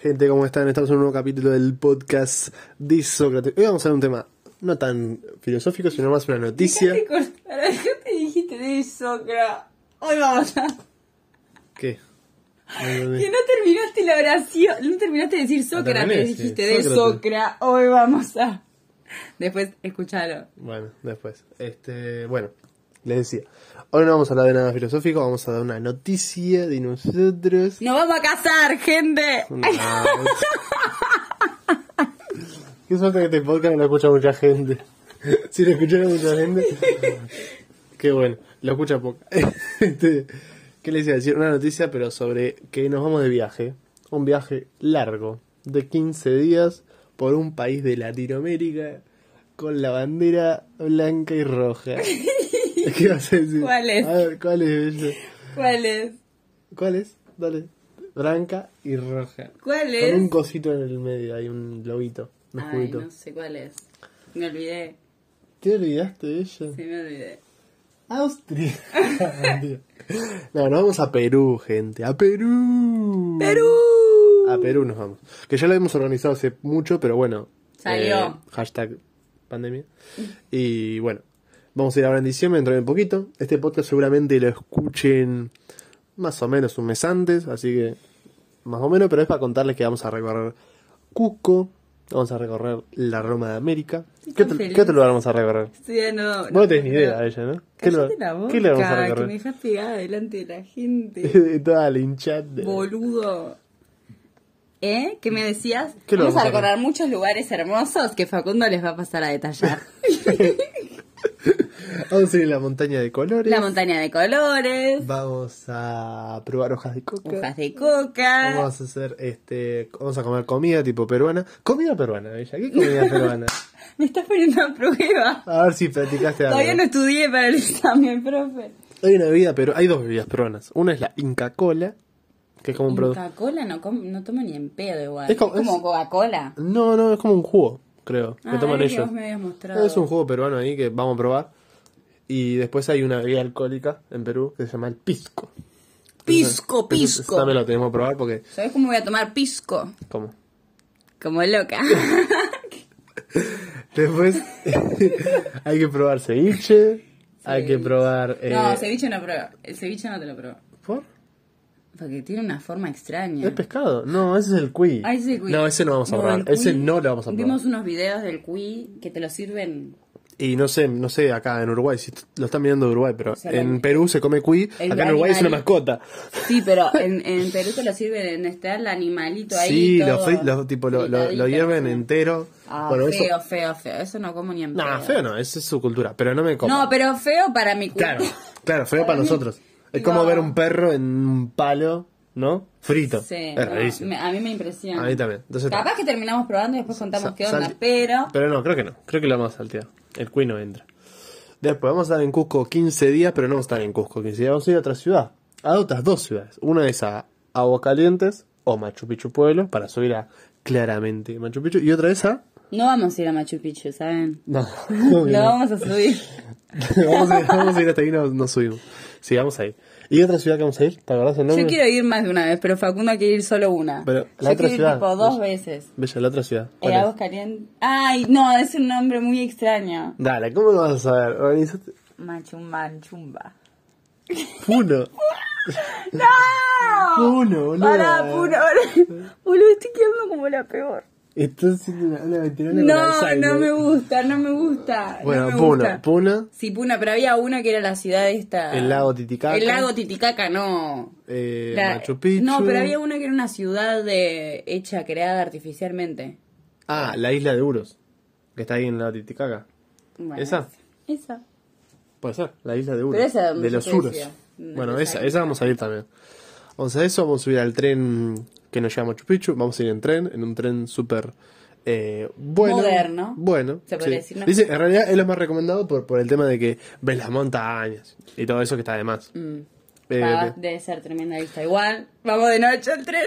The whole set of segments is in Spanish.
Gente, ¿cómo están? Estamos en un nuevo capítulo del podcast de Sócrates. Hoy vamos a hablar de un tema no tan filosófico, sino más una noticia. Dejate cortar, ¿qué te dijiste de Socra? Hoy vamos a... ¿Qué? Que no terminaste la oración, no terminaste de decir Socra, te terminé, sí, dijiste de Sócrates. Socra, hoy vamos a... Después, escúchalo. Bueno, después. Este, bueno, les decía. Hoy no vamos a hablar de nada filosófico, vamos a dar una noticia de nosotros. ¡Nos vamos a casar, gente! No. Qué suerte que este podcast no lo escucha mucha gente. Si lo escuchara mucha gente. Qué bueno, lo escucha poca. Este, ¿Qué les iba a decir? Una noticia, pero sobre que nos vamos de viaje. Un viaje largo, de 15 días, por un país de Latinoamérica, con la bandera blanca y roja. ¿Qué vas a decir? ¿Cuál es? A ver, ¿cuál es? bello? ¿Cuál es? ¿Cuál es? Dale. Blanca y roja. ¿Cuál Con un es? cosito en el medio, hay un globito, un Ay, escudito. no sé cuál es. Me olvidé, ¿Te olvidaste de ella? sí me olvidé. Austria. Mentira. no, nos vamos a Perú, gente. ¡A Perú! ¡Perú! A Perú nos vamos. Que ya lo hemos organizado hace mucho, pero bueno. eh, Salió. hashtag pandemia. Y bueno, vamos a ir ahora en diciembre, dentro de un poquito. Este podcast seguramente lo escuchen más o menos un mes antes, así que más o menos, pero es para contarles que vamos a recorrer Cusco, vamos a recorrer la Roma de América. ¿Qué tan otro, feliz. qué otro lugar vamos a recorrer? Sí, no, Vos no tenés ni idea de ella, ¿no? ¿Qué, Cállate lugar- la boca, qué le vamos a que me recorrer? dejas pegada delante de la gente. Toda la hinchada. Boludo. ¿Eh? ¿Qué me decías? ¿Qué lo vamos, vamos a a recordar muchos lugares hermosos que Facundo les va a pasar a detallar. Vamos a ir a la montaña de colores. la montaña de colores, Vamos a probar hojas de coca. hojas de coca. Vamos a hacer este, vamos a comer comida tipo peruana. Comida peruana, Bella. ¿Qué comida peruana? Me estás poniendo a prueba. A ver si practicaste algo. Todavía no estudié para el examen, profe. Hay una bebida, pero hay dos bebidas peruanas. Una es la Inca Cola, que es como un producto. Coca-Cola no, com- no tomo ni en pedo igual. Es Es como- como, es- Coca-Cola. No, no, es como un jugo, creo. que Ah, toman es que ellos. Ah, vos me habías mostrado. Es un jugo peruano ahí que vamos a probar. Y después hay una bebida alcohólica en Perú que se llama el pisco. Pisco, Entonces, pisco. También lo tenemos que probar porque. ¿Sabés cómo voy a tomar pisco? ¿Cómo? Como loca. Después hay que probar ceviche, hay que probar. eh, No, ceviche no prueba. El ceviche no te lo pruebo. ¿por? Porque tiene una forma extraña. ¿Es pescado? No, ese es el cuy. Ah, ese cuy. No, ese no vamos a probar. el Ese cuy- no lo vamos a probar. Vimos unos videos del cuy que te lo sirven. Y no sé, no sé acá en Uruguay, si t- lo están mirando de Uruguay, pero sea, en el- Perú se come cuy, el acá en Uruguay es una animal. mascota. Sí, pero en, en Perú te lo sirven en este el animalito ahí. Sí, todo lo, fri- lo- tipo, lo, lo- lo fritadito. hierven entero. Ah, bueno, feo, eso. feo, feo. Eso no como ni en No, pedo. feo no, esa es su cultura, pero no me como. No, pero feo para mi culpa. Claro, claro, feo para nosotros. Es como no. ver un perro en un palo, ¿no? Frito. Sí, es no, rarísimo. me- a mí me impresiona. A mí también. Entonces, Capaz que terminamos probando y después contamos Sa- qué onda, sal- pero... Pero no, creo que no. Creo que lo vamos a saltear. El cuy no entra. Después vamos a estar en Cusco 15 días, pero no vamos a estar en Cusco 15 días. Vamos a ir a otra ciudad. A otras dos ciudades. Una es a Aguascalientes o Machu Picchu Pueblo para subir a claramente Machu Picchu. Y otra es a... No vamos a ir a Machu Picchu, ¿saben? No. Lo vamos a subir. vamos, a ir, vamos a ir hasta ahí, no, no subimos. Sí, vamos a ir. ¿Y otra ciudad que vamos a ir? ¿Te acordás el nombre? Yo quiero ir más de una vez, pero Facundo quiere ir solo una. Pero la Yo otra quiero ir ciudad, tipo dos no- veces. Bella, la otra ciudad. ¿Cuál Eh, es? aguas calientes. Ay, no, es un nombre muy extraño. Dale, ¿cómo lo vas a saber? Organizate. Machumban, chumba. Puno. ¡No! Puno, boludo. Pará, Puno. pará. Boludo, estoy quedando como la peor. Estás haciendo una, una veterana con No, Alzheimer. no me gusta, no me gusta. no Bueno, me Puna, gusta. Puna, Sí, Puna, pero había una que era la ciudad esta. El lago Titicaca. El lago Titicaca, no. eh, La- Machu Picchu. No, pero había una que era una ciudad de, hecha, creada artificialmente. Ah, la isla de Uros, que está ahí en la Titicaca. Bueno, ¿Esa? Esa. Puede ser, la isla de Uros. Pero esa, de yo los te Uros. decía, de Bueno, los esa, aires. esa vamos a ir también. Vamos a eso, vamos a subir al tren que nos lleva a Machu Picchu. Vamos a ir en tren, en un tren súper. eh, bueno, Moderno. Bueno, Se podría sí. decir, ¿no? Dice, en realidad es lo más recomendado por, por el tema de que ves las montañas y todo eso que está de más. Mm. Eh, Pava- de- debe ser tremenda vista. Igual, vamos de noche al tren.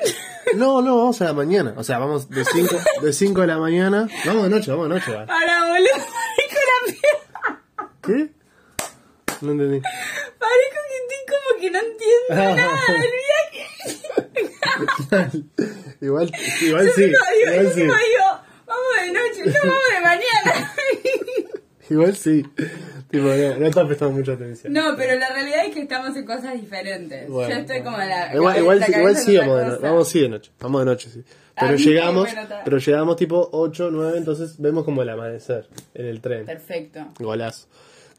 No, no, vamos a la mañana. O sea, vamos de 5 de, cinco de la mañana. Vamos de noche, vamos de noche. va. Para, boludo, parezco la mierda. ¿Qué? No entendí. Ah. Parezco que estoy como que no entiendo nada del viaje. igual, igual Yo sí. siempre digo, yo Igual sí. siempre digo, vamos de noche, no vamos de mañana. Igual sí. Tipo, no, no estás prestando mucha atención. no, pero la realidad es que estamos en cosas diferentes. Bueno, Yo estoy bueno. como la. Igual, igual, la sí- cabeza igual en sí otra vamos de noche. cosa. Vamos sí de noche. Vamos de noche, sí. Pero mí sí, llegamos, bueno, está. pero llegamos tipo 8, 9, entonces vemos como el amanecer en el tren. Perfecto. Golazo.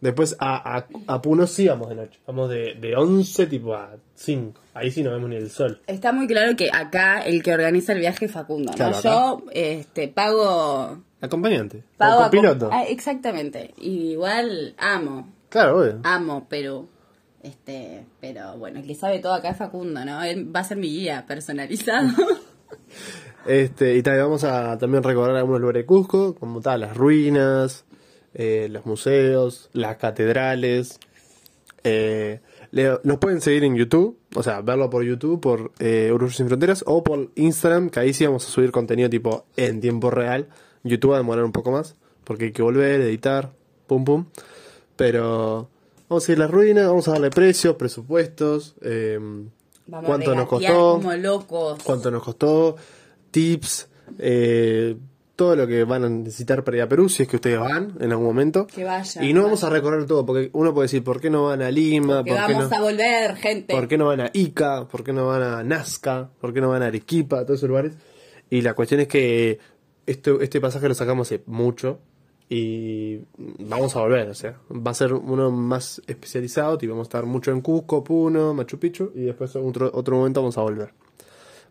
Después a, a, a Puno sí vamos de noche. Vamos de, de 11 tipo a 5. Ahí sí no vemos ni el sol. Está muy claro que acá el que organiza el viaje es Facundo, ¿no? Claro, acá. Yo este, pago... Acompañante. pago o piloto. acom- Ah, exactamente. Y igual amo, Claro, obvio. amo Perú. Este, pero bueno, el que sabe todo acá es Facundo, ¿no? Él va a ser mi guía personalizado. Este, y también vamos a también recorrer algunos lugares de Cusco, como tal, las ruinas, eh, los museos, las catedrales. Eh, le- nos pueden seguir en YouTube, o sea, verlo por YouTube, por eh, Uruguayos Sin Fronteras o por Instagram, que ahí sí vamos a subir contenido tipo en tiempo real. YouTube va a demorar un poco más, porque hay que volver, editar, pum pum. Pero vamos a ir a las ruinas, vamos a darle precios, presupuestos, eh, Vamos cuánto a nos regatear costó como locos. cuánto nos costó, tips, eh, todo lo que van a necesitar para ir a Perú, si es que ustedes van en algún momento. Que vayan, Y no que vamos a recorrer todo, porque uno puede decir, ¿por qué no van a Lima? Que ¿Por qué, vamos no, a volver, gente. por qué no van a Ica? ¿Por qué no van a Nazca? ¿Por qué no van a Arequipa? Todos esos lugares. Y la cuestión es que este, este pasaje lo sacamos hace mucho y vamos a volver, o sea, va a ser uno más especializado, y vamos a estar mucho en Cusco, Puno, Machu Picchu y después en otro, otro momento vamos a volver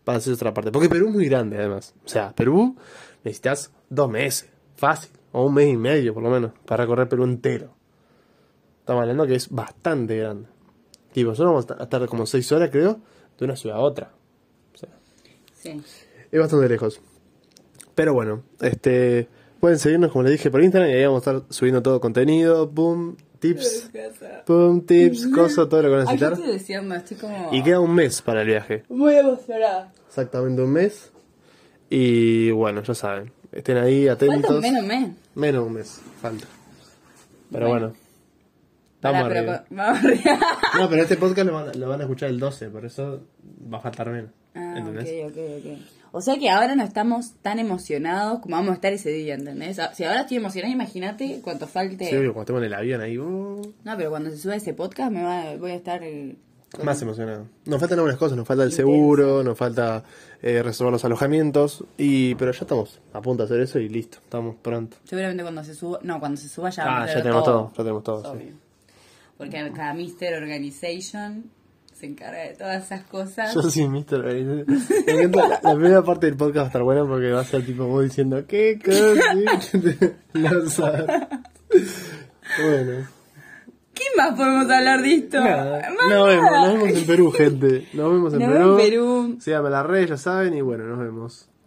para hacer otra parte. Porque Perú es muy grande, además. O sea, Perú necesitas dos meses, fácil, o un mes y medio por lo menos, para recorrer Perú entero. Estamos hablando que es bastante grande. Y nosotros vamos a estar- a estar como seis horas, creo, de una ciudad a otra. Sí. Es bastante lejos. Pero bueno, este pueden seguirnos, como les dije, por Instagram y ahí vamos a estar subiendo todo contenido, boom, tips, boom, tips, cosas, todo lo que van a Ay, yo necesitar. estoy deseando, estoy como... Y queda un mes para el viaje. Muy emocionada. exactamente un mes. Y bueno, ya saben, estén ahí atentos. ¿Cuánto menos mes? Menos un mes, falta. Pero bueno, Pará, estamos pero arriba. pa- vamos arriba. No, pero este podcast lo van, lo van a escuchar el 12, por eso va a faltar menos. Ah, ¿Entendés? ok, ok, ok. O sea que ahora no estamos tan emocionados como vamos a estar ese día, ¿entendés? Ah, Si ahora estoy emocionada, imagínate cuánto falte. Sí, obvio, cuando estemos en el avión ahí, uh, no, pero cuando se sube ese podcast me va- voy a estar... eh, más emocionado. Nos faltan algunas cosas, nos falta el seguro, nos falta eh, reservar los alojamientos, y pero ya estamos a punto de hacer eso y listo, estamos pronto. Seguramente cuando se suba... No, cuando se suba ya vamos Ah, a ya tener tenemos todo, todo. ya tenemos todo. sí. Obvio. Porque cada Mister Organization se encarga de todas esas cosas. Yo soy Mr. Bean. Me encanta, la, la primera parte del podcast va a estar buena porque va a ser tipo vos diciendo, ¿qué cosa? no sabes. Bueno. ¿Qué más podemos hablar de esto? Nada. Más Nos vemos, nada. nos vemos en Perú, gente. Nos vemos en Nos Perú. vemos en Perú. Síganme en las redes, ya saben, y bueno, nos vemos.